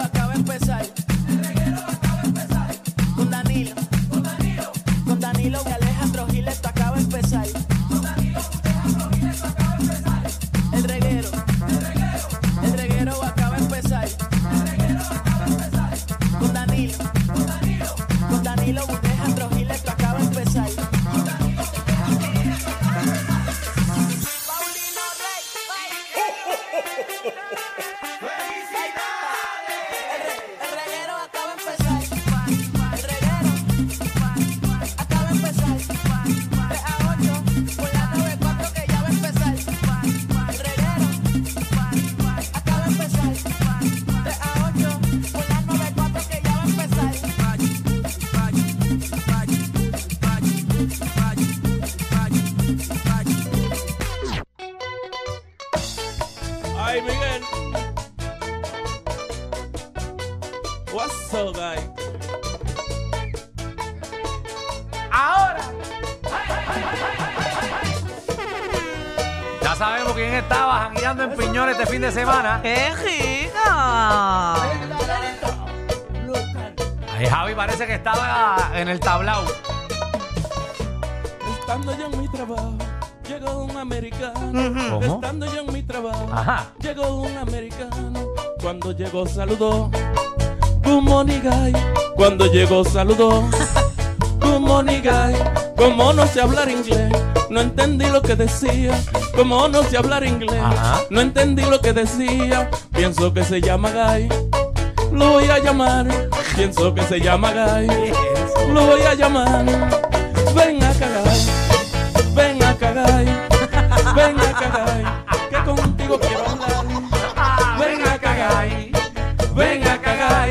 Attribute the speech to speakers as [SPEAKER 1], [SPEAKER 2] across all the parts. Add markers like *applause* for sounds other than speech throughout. [SPEAKER 1] acaba de empezar. Con Danilo, con Danilo y Alejandro Gil, esto acaba de empezar. El reguero, el reguero acaba de empezar. Con Danilo, con Danilo y Alejandro Gil, esto acaba de empezar. Paulino Rey, El reguero acaba de empezar. El reguero acaba de empezar. 3 a 8 por la 94 que ya va a empezar. El reguero acaba de empezar. 3 a 8 por la 94 que ya va a empezar.
[SPEAKER 2] Ay, Miguel. What's up, guys?
[SPEAKER 3] Ya sabemos quién estaba jangueando en piñones este fin de semana.
[SPEAKER 4] ¡Qué rica!
[SPEAKER 3] Ay, Javi parece que estaba en el tablao.
[SPEAKER 2] Estando yo en mi trabajo, llegó un americano.
[SPEAKER 3] ¿Cómo?
[SPEAKER 2] Estando yo en mi trabajo,
[SPEAKER 3] Ajá.
[SPEAKER 2] llegó un americano. Cuando llegó, saludó. Good morning, guy. Cuando llegó, saludó. Good morning, guy. Como no sé hablar inglés, no entendí lo que decía. Como no sé hablar inglés,
[SPEAKER 3] Ajá.
[SPEAKER 2] no entendí lo que decía. Pienso que se llama guy. Lo voy a llamar. Pienso que se llama guy. Lo voy a llamar. Ven a cagar. Ven a cagar. Ven a cagar. Que contigo quiero hablar. Ven a cagar. Ven a cagar.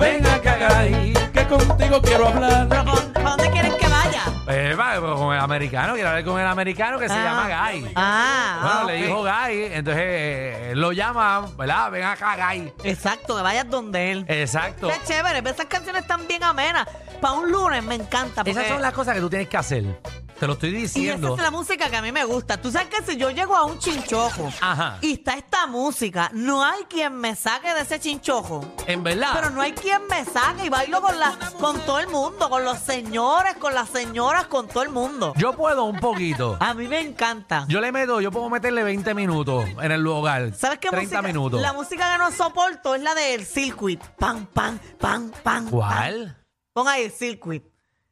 [SPEAKER 2] Ven a cagar. Que contigo quiero hablar.
[SPEAKER 4] ¿Pero por, por dónde quieres que vaya?
[SPEAKER 3] Eh, va, pues, con el americano, quiero hablar con el americano que se
[SPEAKER 4] Ah.
[SPEAKER 3] llama Guy.
[SPEAKER 4] Ah,
[SPEAKER 3] Bueno,
[SPEAKER 4] ah,
[SPEAKER 3] le
[SPEAKER 4] ok.
[SPEAKER 3] dijo Guy, entonces eh, lo llama, ¿verdad? Ven acá, Guy.
[SPEAKER 4] Exacto, que vayas donde él.
[SPEAKER 3] Exacto.
[SPEAKER 4] Está chévere, pero esas canciones están bien amenas. Para un lunes me encanta. porque-
[SPEAKER 3] Esas son las cosas que tú tienes que hacer. Te lo estoy
[SPEAKER 4] y esa
[SPEAKER 3] diciendo.
[SPEAKER 4] es la música que a mí me gusta. Tú sabes que si yo llego a un chinchojo
[SPEAKER 3] Ajá.
[SPEAKER 4] y está esta música, no hay quien me saque de ese chinchojo.
[SPEAKER 3] En verdad.
[SPEAKER 4] Pero no hay quien me saque y bailo con, la, con todo el mundo, con los señores, con las señoras, con todo el mundo.
[SPEAKER 3] Yo puedo un poquito.
[SPEAKER 4] A mí me encanta.
[SPEAKER 3] Yo le meto, yo puedo meterle 20 minutos en el lugar.
[SPEAKER 4] ¿Sabes qué
[SPEAKER 3] 30
[SPEAKER 4] música?
[SPEAKER 3] minutos.
[SPEAKER 4] La música que no soporto es la del circuit. Pam, pam, pam, pam. pam.
[SPEAKER 3] ¿Cuál?
[SPEAKER 4] Pon ahí circuit.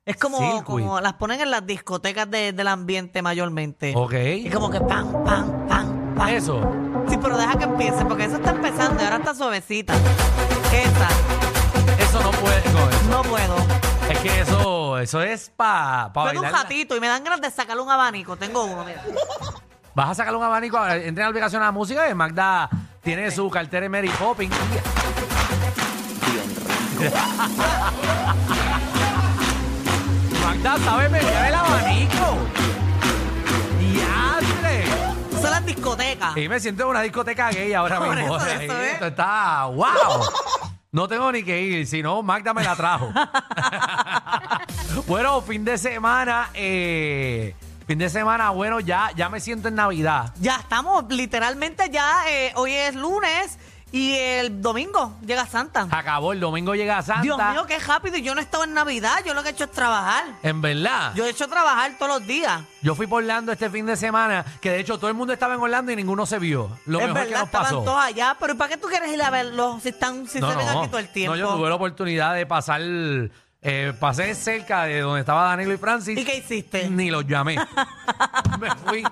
[SPEAKER 4] Es como,
[SPEAKER 3] Circuit.
[SPEAKER 4] como las ponen en las discotecas de- del ambiente mayormente.
[SPEAKER 3] Ok.
[SPEAKER 4] Y como que pam, pam, pam, pam.
[SPEAKER 3] Eso.
[SPEAKER 4] Sí, pero deja que empiece, porque eso está empezando y ahora está suavecita. Esa,
[SPEAKER 3] Eso no puede. no, eso-
[SPEAKER 4] no puedo.
[SPEAKER 3] Es que eso, eso es para pa
[SPEAKER 4] Tengo un
[SPEAKER 3] bailar.
[SPEAKER 4] gatito y me dan ganas de sacarle un abanico. Tengo uno, mira.
[SPEAKER 3] Vas a sacar un abanico, ahora, entra en la aplicación de la música y Magda tiene su cartera de Mary Poppins. *laughs* Magda sabe pelear el abanico. ¡Diatre!
[SPEAKER 4] Son las discotecas.
[SPEAKER 3] Y me siento en una discoteca gay ahora
[SPEAKER 4] Por
[SPEAKER 3] mismo. *laughs*
[SPEAKER 4] eso, eso es.
[SPEAKER 3] Esto está wow. No tengo ni que ir, si no, Magda me la
[SPEAKER 4] *laughs*
[SPEAKER 3] trajo. bueno, fin de semana, eh, fin de semana, bueno, ya, ya me siento en Navidad.
[SPEAKER 4] Ya estamos, literalmente ya. eh, hoy es lunes y el domingo llega Santa.
[SPEAKER 3] Acabó, el domingo llega Santa.
[SPEAKER 4] Dios mío, qué rápido. Y Yo no he estado en Navidad. Yo lo que he hecho es trabajar.
[SPEAKER 3] En verdad. Yo,
[SPEAKER 4] Yo he hecho trabajar todos los días.
[SPEAKER 3] fui por Orlando este fin de semana, que de hecho todo el mundo estaba en Orlando y ninguno se vio. Lo mejor
[SPEAKER 4] es verdad,
[SPEAKER 3] que nos
[SPEAKER 4] estaban
[SPEAKER 3] pasó.
[SPEAKER 4] todos allá. Pero ¿para qué tú quieres ir a verlos si, están, si se ven aquí todo el tiempo?
[SPEAKER 3] No, yo tuve la oportunidad de pasar, eh, pasé cerca de donde estaba Danilo y Francis.
[SPEAKER 4] *laughs* ¿Y qué hiciste?
[SPEAKER 3] Ni los llamé. me fui.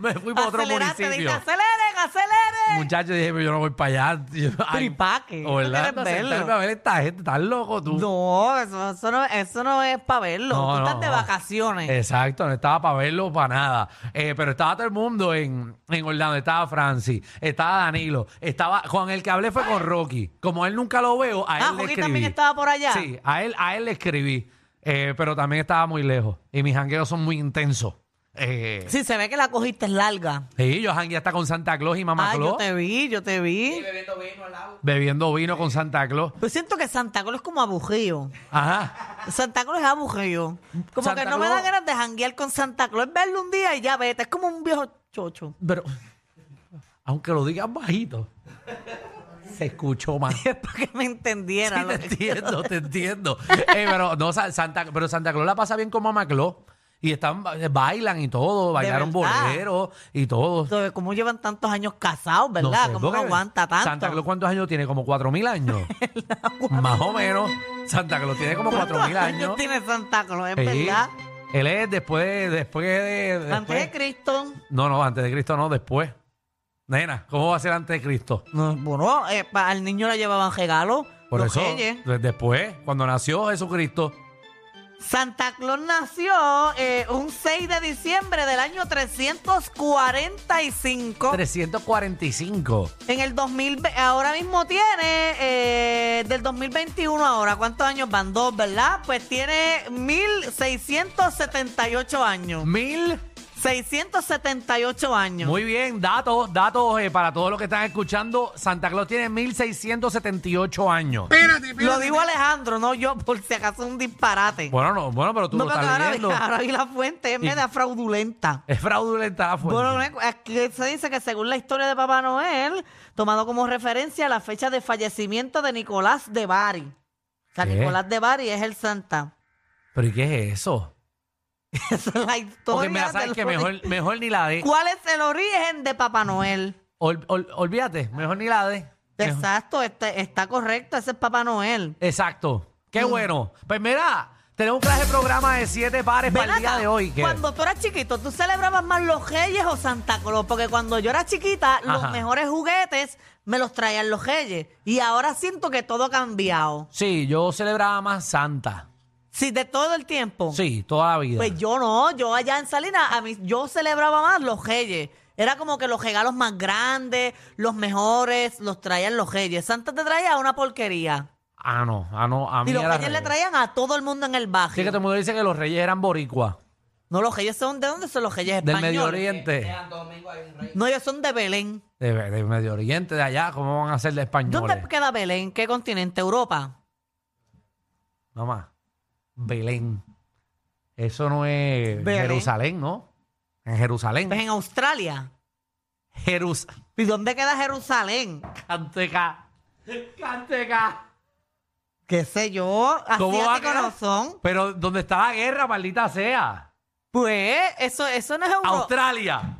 [SPEAKER 3] Me fui para otro
[SPEAKER 4] Aceleraste, dijiste,
[SPEAKER 3] municipio.
[SPEAKER 4] aceleren, aceleren.
[SPEAKER 3] Muchacho, dije, pero yo no voy para allá. Yo- ay,
[SPEAKER 4] ¿y pa' qué?
[SPEAKER 3] o ¿Verdad?
[SPEAKER 4] ¿No
[SPEAKER 3] No,
[SPEAKER 4] quieres verlo?
[SPEAKER 3] sentarme a ver esta gente, estás loco tú.
[SPEAKER 4] No, eso, eso no, eso no es para verlo.
[SPEAKER 3] No,
[SPEAKER 4] Tú
[SPEAKER 3] no,
[SPEAKER 4] estás de
[SPEAKER 3] no. Eh,
[SPEAKER 4] vacaciones.
[SPEAKER 3] Exacto, no estaba para verlo para nada. Eh, pero estaba todo el mundo en, en Orlando. Estaba Francis, estaba Danilo, estaba. Con el que hablé fue con Rocky. Como él nunca lo veo, a él le
[SPEAKER 4] ah, Joaquín
[SPEAKER 3] escribí.
[SPEAKER 4] también estaba por allá.
[SPEAKER 3] Sí, a él, a él le escribí. Eh, pero también estaba muy lejos. Y mis jangueos son muy intensos. Eh, sí.
[SPEAKER 4] Sí, se ve que la cogiste larga.
[SPEAKER 3] yo jangueé hasta con Santa Claus y Mamá
[SPEAKER 4] Ah, yo
[SPEAKER 3] Claus.
[SPEAKER 4] te vi, yo te vi.
[SPEAKER 3] Bebiendo vino con Santa Claus.
[SPEAKER 4] Yo siento que Santa Claus es como aburrido.
[SPEAKER 3] Ajá.
[SPEAKER 4] Santa Claus es aburrido. Como
[SPEAKER 3] Santa
[SPEAKER 4] que no me
[SPEAKER 3] Claus-
[SPEAKER 4] dan ganas de janguear con Santa Claus. Es verlo un día y ya vete. Es como un viejo chocho. *laughs*
[SPEAKER 3] Pero, aunque lo digas bajito, se escuchó más. *laughs*
[SPEAKER 4] *laughs* Es para que me entendiera.
[SPEAKER 3] Sí,
[SPEAKER 4] lo
[SPEAKER 3] te
[SPEAKER 4] que-
[SPEAKER 3] entiendo, te entiendo. Eh, pero, no, Sa- Santa, pero Santa Claus la pasa bien con Mamá Claus. Y están, bailan y todo, bailaron
[SPEAKER 4] verdad.
[SPEAKER 3] boleros y todo.
[SPEAKER 4] Entonces, ¿Cómo llevan tantos años casados,
[SPEAKER 3] No
[SPEAKER 4] verdad?
[SPEAKER 3] sé,
[SPEAKER 4] ¿Cómo
[SPEAKER 3] porque
[SPEAKER 4] no aguanta tanto?
[SPEAKER 3] Santa Claus, ¿cuántos años tiene? Como 4.000
[SPEAKER 4] *laughs*
[SPEAKER 3] años. Más o menos. Santa Claus tiene como
[SPEAKER 4] ¿Cuántos
[SPEAKER 3] 4.000 años.
[SPEAKER 4] tiene Santa Claus? Es
[SPEAKER 3] Sí.
[SPEAKER 4] verdad.
[SPEAKER 3] Él es después, de- después de...
[SPEAKER 4] Antes
[SPEAKER 3] después-
[SPEAKER 4] de Cristo.
[SPEAKER 3] No, no, antes de Cristo no, después. Nena, ¿cómo va a ser antes de Cristo?
[SPEAKER 4] No, bueno, eh, pa- al niño le llevaban regalos.
[SPEAKER 3] Por
[SPEAKER 4] los
[SPEAKER 3] eso,
[SPEAKER 4] reyes.
[SPEAKER 3] pues, después, cuando nació Jesucristo,
[SPEAKER 4] Santa Claus nació eh, un 6 de diciembre del año 345.
[SPEAKER 3] 345.
[SPEAKER 4] En el 2000, ve- ahora mismo tiene, eh, del 2021 ahora, ¿cuántos años van? Dos, ¿verdad? Pues tiene 1678 años.
[SPEAKER 3] Mil.
[SPEAKER 4] 678 años.
[SPEAKER 3] Muy bien, datos, datos eh, para todos los que están escuchando. Santa Claus tiene 1678 años.
[SPEAKER 4] Lo digo Alejandro, no yo, por si acaso es un disparate.
[SPEAKER 3] Bueno, no, bueno, pero tú
[SPEAKER 4] no,
[SPEAKER 3] lo
[SPEAKER 4] porque
[SPEAKER 3] estás
[SPEAKER 4] ahora, vi-
[SPEAKER 3] leyendo.
[SPEAKER 4] ahora vi la fuente, es
[SPEAKER 3] Y-
[SPEAKER 4] media fraudulenta.
[SPEAKER 3] Es fraudulenta la fuente.
[SPEAKER 4] Bueno, no es- aquí se dice que según la historia de Papá Noel, tomado como referencia la fecha de fallecimiento de Nicolás de Bari. O sea,
[SPEAKER 3] ¿Qué?
[SPEAKER 4] Nicolás de Bari es el santa. *laughs*
[SPEAKER 3] ¿Pero y qué es eso?
[SPEAKER 4] Esa es la
[SPEAKER 3] Porque
[SPEAKER 4] historia.
[SPEAKER 3] mira, sabes
[SPEAKER 4] del
[SPEAKER 3] que
[SPEAKER 4] ori-
[SPEAKER 3] mejor, mejor ni la de.
[SPEAKER 4] ¿Cuál es el origen de Papá Noel?
[SPEAKER 3] Ol- ol- olvídate, mejor ni la de. Mejor-
[SPEAKER 4] Exacto, este, está correcto, ese es Papá Noel.
[SPEAKER 3] Exacto. Qué
[SPEAKER 4] Mm.
[SPEAKER 3] bueno. Pues mira, tenemos un clase de programa de siete pares
[SPEAKER 4] Ven
[SPEAKER 3] para el día
[SPEAKER 4] acá,
[SPEAKER 3] de hoy. ¿qué?
[SPEAKER 4] Cuando tú eras chiquito, ¿tú celebrabas más los Reyes o Santa Claus? Porque cuando yo era chiquita,
[SPEAKER 3] Ajá.
[SPEAKER 4] los mejores juguetes me los traían los Reyes. Y ahora siento que todo ha cambiado.
[SPEAKER 3] Sí, yo celebraba más Santa.
[SPEAKER 4] Sí, de todo el tiempo.
[SPEAKER 3] Sí, toda la vida.
[SPEAKER 4] Pues yo no, yo allá en Salinas, a mí, yo celebraba más los Reyes. Era como que los regalos más grandes, los mejores, los traían los Reyes. Santa te traía una porquería.
[SPEAKER 3] Ah, no, ah, no. A mí
[SPEAKER 4] Y los
[SPEAKER 3] era
[SPEAKER 4] Reyes le
[SPEAKER 3] revés.
[SPEAKER 4] traían a todo el mundo en el barrio.
[SPEAKER 3] Sí, que todo el mundo dice que los reyes eran boricuas.
[SPEAKER 4] No, los Reyes son de dónde son los Reyes
[SPEAKER 3] Del
[SPEAKER 4] españoles.
[SPEAKER 3] Medio Oriente.
[SPEAKER 4] No, ellos son de Belén.
[SPEAKER 3] De, de Medio Oriente, de allá, ¿cómo van a ser de
[SPEAKER 4] ¿Dónde
[SPEAKER 3] españoles?
[SPEAKER 4] queda Belén? ¿Qué continente? ¿Europa?
[SPEAKER 3] No más. Belén. Eso no es
[SPEAKER 4] Belén.
[SPEAKER 3] Jerusalén, ¿no? En Jerusalén.
[SPEAKER 4] Pues en Australia.
[SPEAKER 3] Jerusalén.
[SPEAKER 4] ¿Y dónde queda Jerusalén?
[SPEAKER 3] Canteca. Canteca.
[SPEAKER 4] ¿Qué sé yo?
[SPEAKER 3] ¿Cómo va a
[SPEAKER 4] Asiático
[SPEAKER 3] quedar?
[SPEAKER 4] no son.
[SPEAKER 3] Pero donde está la guerra, maldita sea.
[SPEAKER 4] Pues eso, eso no es Europa.
[SPEAKER 3] Australia.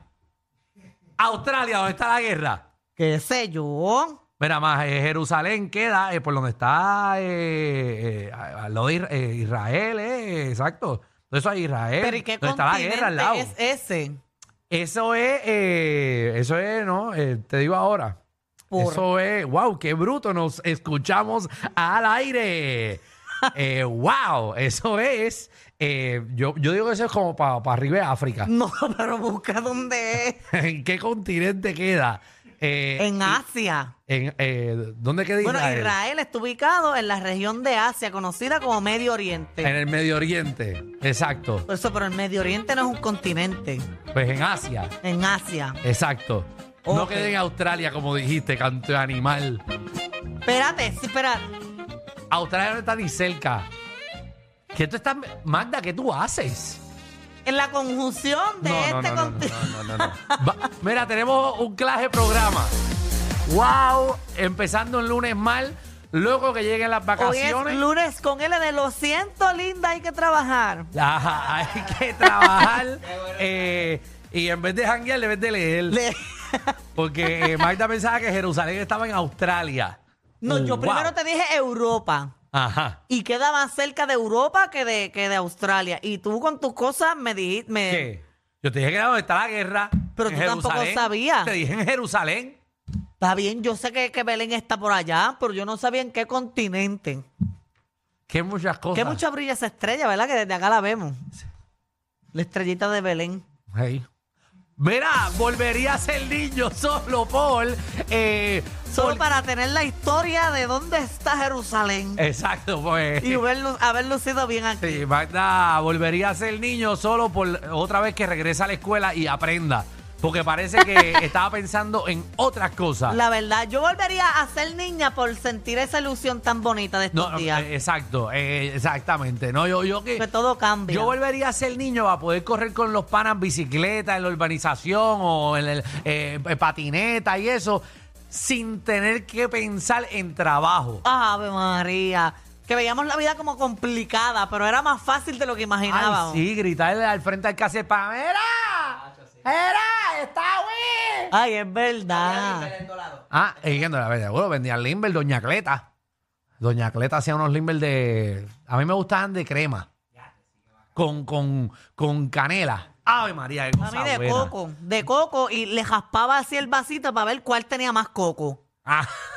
[SPEAKER 3] Australia, ¿dónde está la guerra?
[SPEAKER 4] ¿Qué sé yo?
[SPEAKER 3] Mira, más eh, Jerusalén queda eh, por donde está eh, eh, al lado de Isra- eh, Israel, eh, exacto. Eso es Israel.
[SPEAKER 4] ¿Pero y qué
[SPEAKER 3] donde está la guerra al lado.
[SPEAKER 4] continente es ese?
[SPEAKER 3] Eso es, eh, eso es, ¿no? Eh, te digo ahora.
[SPEAKER 4] Por-
[SPEAKER 3] Eso es, wow, qué bruto, nos escuchamos al
[SPEAKER 4] *laughs*
[SPEAKER 3] aire. Eh, wow, eso es, eh, yo, yo digo que eso es como para arriba de África.
[SPEAKER 4] No, pero busca dónde es.
[SPEAKER 3] *laughs* ¿En qué continente queda? Eh,
[SPEAKER 4] En Asia.
[SPEAKER 3] en, eh, ¿Dónde queda
[SPEAKER 4] Bueno,
[SPEAKER 3] Israel?
[SPEAKER 4] Israel está ubicado en la región de Asia, conocida como Medio Oriente.
[SPEAKER 3] En el Medio Oriente, exacto.
[SPEAKER 4] Por eso, pero el Medio Oriente no es un continente.
[SPEAKER 3] Pues en Asia,
[SPEAKER 4] En Asia.
[SPEAKER 3] exacto. No
[SPEAKER 4] Ok.
[SPEAKER 3] queda en Australia, como dijiste, canto de animal.
[SPEAKER 4] Espérate, sí, espera.
[SPEAKER 3] Australia no está ni cerca. ¿Qué tú estás, Magda, qué tú haces?
[SPEAKER 4] En la conjunción de este continente.
[SPEAKER 3] Va- mira, tenemos un clase de programa. Wow, empezando el lunes mal, luego que lleguen las
[SPEAKER 4] Hoy es
[SPEAKER 3] vacaciones.
[SPEAKER 4] lunes con él de lo siento, linda, hay que trabajar.
[SPEAKER 3] Ajá, hay que trabajar. eh, y en vez de janguear, le vez de leer.
[SPEAKER 4] Le-
[SPEAKER 3] Porque eh, Magda pensaba que Jerusalén estaba en Australia.
[SPEAKER 4] No, yo
[SPEAKER 3] Wow.
[SPEAKER 4] primero te dije Europa.
[SPEAKER 3] Ajá.
[SPEAKER 4] Y queda más cerca de Europa que de, que de Australia. Y tú con tus cosas me dijiste. Me...
[SPEAKER 3] ¿Qué? Yo te dije que era donde está la guerra.
[SPEAKER 4] Pero
[SPEAKER 3] en
[SPEAKER 4] tú tampoco
[SPEAKER 3] Jerusalén.
[SPEAKER 4] sabías.
[SPEAKER 3] Te dije en Jerusalén.
[SPEAKER 4] Está bien, yo sé que, que Belén está por allá, pero yo no sabía en qué continente.
[SPEAKER 3] Que muchas cosas.
[SPEAKER 4] Qué mucha brilla esa estrella, ¿verdad? Que desde acá la vemos. La estrellita de Belén.
[SPEAKER 3] Ey. Mira, volvería a ser niño solo, Paul. Eh,
[SPEAKER 4] Solo
[SPEAKER 3] por-
[SPEAKER 4] para tener la historia de dónde está Jerusalén.
[SPEAKER 3] Exacto, pues.
[SPEAKER 4] Y haber, lu- haber lucido bien aquí.
[SPEAKER 3] Eh, Sí, Magda volvería a ser niño solo por otra vez que regresa a la escuela y aprenda. Porque parece
[SPEAKER 4] *laughs*
[SPEAKER 3] que estaba pensando en otras cosas.
[SPEAKER 4] La verdad, yo volvería a ser niña por sentir esa ilusión tan bonita de estos *laughs*
[SPEAKER 3] No,
[SPEAKER 4] días.
[SPEAKER 3] eh, exacto, eh, exactamente. No, yo, yo que.
[SPEAKER 4] que Pues todo cambia.
[SPEAKER 3] Yo volvería a ser niño para poder correr con los panas en bicicleta, en la urbanización o en el, eh, patineta y eso, sin tener que pensar en trabajo.
[SPEAKER 4] Ave María. Que veíamos la vida como complicada, pero era más fácil de lo que
[SPEAKER 3] Ay,
[SPEAKER 4] imaginábamos.
[SPEAKER 3] sí, gritarle al frente al cassette para ¡Era! ¡Era! ¡Está bien!
[SPEAKER 4] Ay, es verdad.
[SPEAKER 3] Ah, y que no la verdad, bueno, vendía Limber, Doña Cleta. Doña Cleta hacía unos Limber de. A mí me gustaban de crema. Con, con, con canela. Ave María, qué
[SPEAKER 4] A
[SPEAKER 3] cosa
[SPEAKER 4] mí de
[SPEAKER 3] buena.
[SPEAKER 4] coco, de coco, y le jaspaba así el vasito para ver cuál tenía más coco.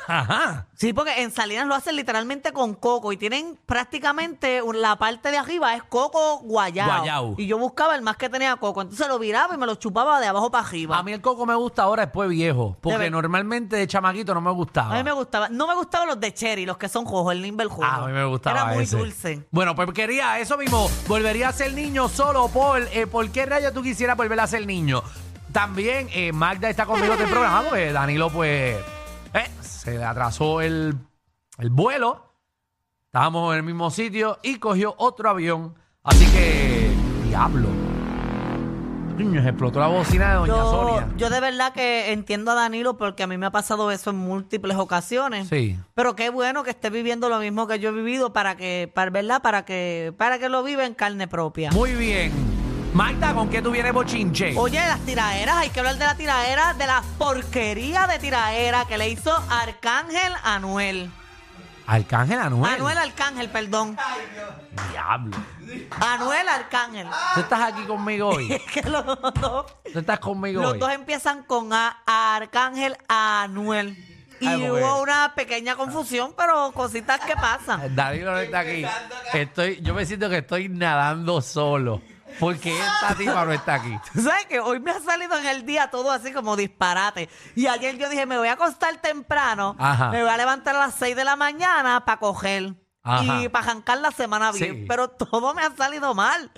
[SPEAKER 3] Ajá.
[SPEAKER 4] Sí, porque en Salinas lo hacen literalmente con coco y tienen prácticamente un- la parte de arriba es coco guayao.
[SPEAKER 3] Guayao.
[SPEAKER 4] Y yo buscaba el más que tenía coco, entonces lo viraba y me lo chupaba de abajo para arriba.
[SPEAKER 3] A mí el coco me gusta ahora después viejo. Porque
[SPEAKER 4] ver-
[SPEAKER 3] normalmente de chamaquito no me gustaba.
[SPEAKER 4] A mí me gustaba, no me gustaban los de cherry, los que son rojos, el Limber rojo.
[SPEAKER 3] Ah, a mí me gustaba
[SPEAKER 4] Era muy
[SPEAKER 3] ese.
[SPEAKER 4] dulce.
[SPEAKER 3] Bueno, pues quería eso mismo. Volvería a ser niño solo, Paul. Eh, ¿Por qué rayos tú quisieras volver a ser niño? También eh, Magda está conmigo este programa porque Danilo, pues, eh, se le atrasó el, el vuelo. Estábamos en el mismo sitio y cogió otro avión. Así que, diablo. Coño, se explotó la bocina de Doña
[SPEAKER 4] Yo,
[SPEAKER 3] Sonia.
[SPEAKER 4] yo de verdad que entiendo a Danilo porque a mí me ha pasado eso en múltiples ocasiones.
[SPEAKER 3] Sí.
[SPEAKER 4] Pero qué bueno que esté viviendo lo mismo que yo he vivido para que, para, ¿verdad? Para que, para que lo viva en carne propia.
[SPEAKER 3] Muy bien. Magda, ¿con qué tú vienes bochinche?
[SPEAKER 4] Oye, las tiraderas, hay que hablar de la tiradera, de la porquería de tiradera que le hizo Arcángel a Anuel.
[SPEAKER 3] Arcángel Anuel.
[SPEAKER 4] Anuel Arcángel, perdón.
[SPEAKER 3] Diablo.
[SPEAKER 4] Anuel Arcángel. *laughs*
[SPEAKER 3] Tú estás aquí conmigo hoy.
[SPEAKER 4] Que los dos,
[SPEAKER 3] Tú estás conmigo
[SPEAKER 4] los
[SPEAKER 3] hoy.
[SPEAKER 4] dos empiezan con A, Arcángel a Anuel. Y
[SPEAKER 3] Ay, porque-
[SPEAKER 4] hubo una pequeña confusión, pero cositas que pasan.
[SPEAKER 3] Danilo no está aquí. Estoy, yo me siento que estoy nadando solo. Porque esta tipa no está aquí.
[SPEAKER 4] Tú sabes que hoy me ha salido en el día todo así como disparate. Y ayer yo dije, me voy a acostar temprano,
[SPEAKER 3] Ajá.
[SPEAKER 4] me voy a levantar a las 6 de la mañana para coger
[SPEAKER 3] Ajá.
[SPEAKER 4] y para arrancar la semana bien.
[SPEAKER 3] Sí.
[SPEAKER 4] Pero todo me ha salido mal.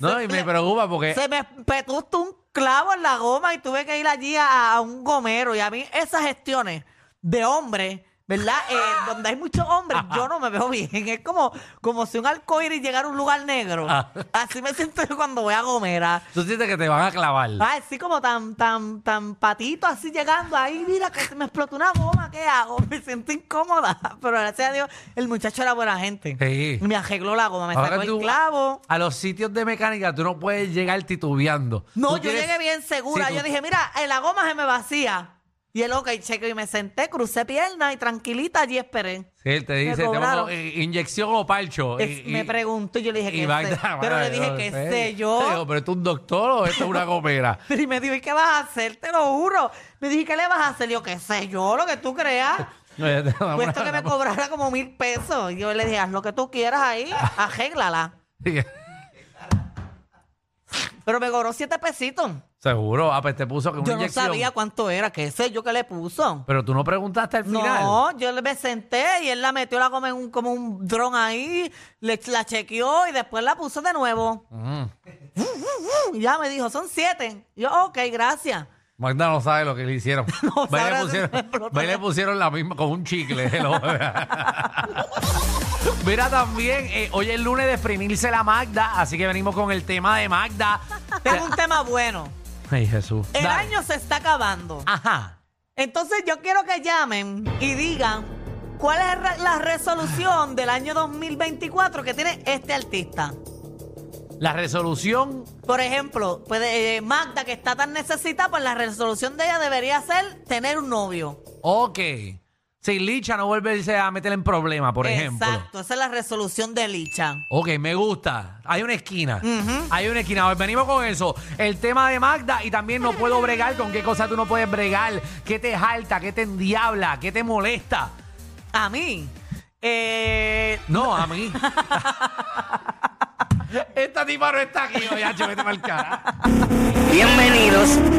[SPEAKER 3] No,
[SPEAKER 4] Se-
[SPEAKER 3] y me preocupa porque.
[SPEAKER 4] Se me petustó un clavo en la goma y tuve que ir allí a, a un gomero. Y a mí esas gestiones de hombre, ¿verdad? Eh,
[SPEAKER 3] Ah.
[SPEAKER 4] donde hay muchos hombres, yo no me veo bien. Es como, como si un arcoíris llegara a un lugar negro.
[SPEAKER 3] Ah.
[SPEAKER 4] Así me siento yo cuando voy a gomera.
[SPEAKER 3] Tú sientes que te van a clavar.
[SPEAKER 4] Ah, así como tan, tan, tan patito, así llegando ahí, mira que se me explotó una goma, ¿qué hago? *laughs* Me siento incómoda, pero gracias a Dios el muchacho era buena gente.
[SPEAKER 3] Sí.
[SPEAKER 4] Me arregló la goma, me
[SPEAKER 3] Ahora
[SPEAKER 4] sacó el
[SPEAKER 3] tú-
[SPEAKER 4] clavo.
[SPEAKER 3] A los sitios de mecánica tú no puedes llegar titubeando.
[SPEAKER 4] No,
[SPEAKER 3] Tú
[SPEAKER 4] yo
[SPEAKER 3] tienes-
[SPEAKER 4] llegué bien segura.
[SPEAKER 3] Sí, tú-
[SPEAKER 4] Yo dije, mira, eh, la goma se me vacía. Y el ok, checo y me senté, crucé piernas y tranquilita allí esperé.
[SPEAKER 3] Sí, él te dice, te
[SPEAKER 4] cobraron.
[SPEAKER 3] pongo, eh, inyección o parcho.
[SPEAKER 4] Es-
[SPEAKER 3] Y-
[SPEAKER 4] me
[SPEAKER 3] y-
[SPEAKER 4] preguntó y yo le dije
[SPEAKER 3] y
[SPEAKER 4] que
[SPEAKER 3] Magda,
[SPEAKER 4] sé. Pero
[SPEAKER 3] madre,
[SPEAKER 4] le dije
[SPEAKER 3] no,
[SPEAKER 4] que
[SPEAKER 3] en serio.
[SPEAKER 4] sé
[SPEAKER 3] Te
[SPEAKER 4] yo.
[SPEAKER 3] digo, pero tú un doctor o esto es una gomera.
[SPEAKER 4] *laughs*
[SPEAKER 3] *laughs*
[SPEAKER 4] Y me dijo, ¿y qué vas a hacer? Te lo juro. Me dije, ¿qué le vas a hacer? Y yo, qué sé yo, lo que tú
[SPEAKER 3] *laughs*
[SPEAKER 4] creas.
[SPEAKER 3] No, ya te-
[SPEAKER 4] Puesto que me cobrara como mil pesos. Y yo le dije, haz lo que tú quieras
[SPEAKER 3] *laughs*
[SPEAKER 4] ahí, arréglala. Pero me cobró siete pesitos.
[SPEAKER 3] Seguro, ah, pues te puso que una
[SPEAKER 4] Yo no
[SPEAKER 3] inyección.
[SPEAKER 4] sabía cuánto era, qué sé yo que le puso.
[SPEAKER 3] Pero tú no preguntaste al final.
[SPEAKER 4] No, yo le- me senté y él la metió la goma en un, como un dron ahí, le, la chequeó y después la puso de nuevo.
[SPEAKER 3] Mm.
[SPEAKER 4] Y ya me dijo, son siete. Y yo, ok, gracias.
[SPEAKER 3] Magda no sabe lo que le hicieron.
[SPEAKER 4] *laughs* No
[SPEAKER 3] Ve,
[SPEAKER 4] sabrá
[SPEAKER 3] le
[SPEAKER 4] si
[SPEAKER 3] pusieron,
[SPEAKER 4] me explotó
[SPEAKER 3] ve, le
[SPEAKER 4] la-
[SPEAKER 3] pusieron la misma con un chicle. hello.
[SPEAKER 4] *laughs*
[SPEAKER 3] Mira también, eh, hoy es lunes de exprimirse la Magda, así que venimos con el tema de
[SPEAKER 4] *laughs*
[SPEAKER 3] Magda.
[SPEAKER 4] Tengo un tema bueno.
[SPEAKER 3] Ay, Jesús.
[SPEAKER 4] El
[SPEAKER 3] Dale.
[SPEAKER 4] año se está acabando.
[SPEAKER 3] Ajá.
[SPEAKER 4] Entonces yo quiero que llamen y digan cuál es re- la resolución del año 2024 que tiene este artista.
[SPEAKER 3] La resolución.
[SPEAKER 4] Por ejemplo, pues, eh, Magda, que está tan necesitada, pues la resolución de ella debería ser tener un novio.
[SPEAKER 3] Ok. Sin licha no volverse a meter en problemas, por ejemplo.
[SPEAKER 4] Exacto, esa es la resolución de Licha.
[SPEAKER 3] Ok, me gusta. Hay una esquina. Hay una esquina. Hoy venimos con eso. El tema de Magda y también no puedo bregar con qué cosa tú no puedes bregar. ¿Qué te jalta? ¿Qué te endiabla? ¿Qué te molesta?
[SPEAKER 4] A mí. Eh,
[SPEAKER 3] No, a mí. Esta tipa no está aquí. Oye, vete mal cara.
[SPEAKER 5] Bienvenidos